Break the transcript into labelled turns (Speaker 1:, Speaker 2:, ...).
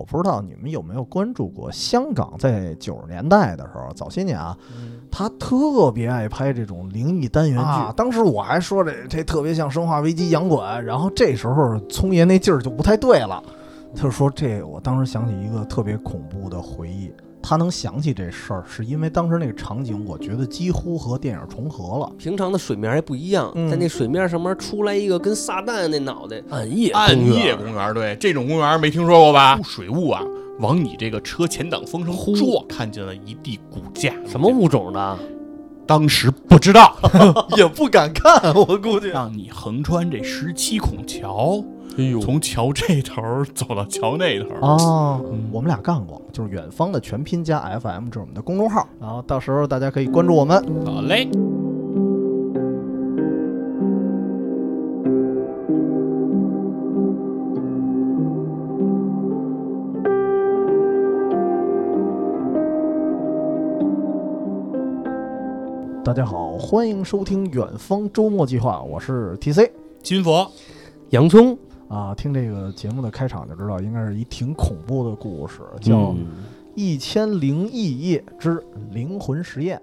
Speaker 1: 我不知道你们有没有关注过，香港在九十年代的时候，早些年啊，他特别爱拍这种灵异单元剧。
Speaker 2: 啊
Speaker 1: 当时我还说这这特别像《生化危机》洋馆，然后这时候聪爷那劲儿就不太对了，他就说这，我当时想起一个特别恐怖的回忆。他能想起这事儿，是因为当时那个场景，我觉得几乎和电影重合了。
Speaker 3: 平常的水面还不一样，
Speaker 1: 嗯
Speaker 3: 在那水面上面出来一个跟撒旦那脑袋，
Speaker 2: 暗夜啊
Speaker 4: 暗
Speaker 2: 公园
Speaker 4: 夜公园，对这种公园没听说过吧？水雾啊，往你这个车前挡风上
Speaker 3: 呼
Speaker 4: 撞，看见了一地骨架。
Speaker 3: 什么？物种的？啊
Speaker 4: 当时不知道，
Speaker 1: 也不敢看，我估计。
Speaker 4: 让你横穿这十七孔桥，
Speaker 2: 哎呦，
Speaker 4: 从桥这头儿走到桥那头儿。
Speaker 1: 哦
Speaker 4: 嗯，
Speaker 1: 我们俩干过，就是远方的全拼加 FM，这是我们的公众号，然后到时候大家可以关注我们。
Speaker 4: 好嘞。
Speaker 1: 大家好，欢迎收听《远方周末计划》，我是 TC
Speaker 4: 金佛，
Speaker 3: 洋葱，
Speaker 1: 啊。听这个节目的开场就知道，应该是一挺恐嗯
Speaker 3: 嗯
Speaker 1: 怖的故事，叫《一千零一夜之灵魂实验》。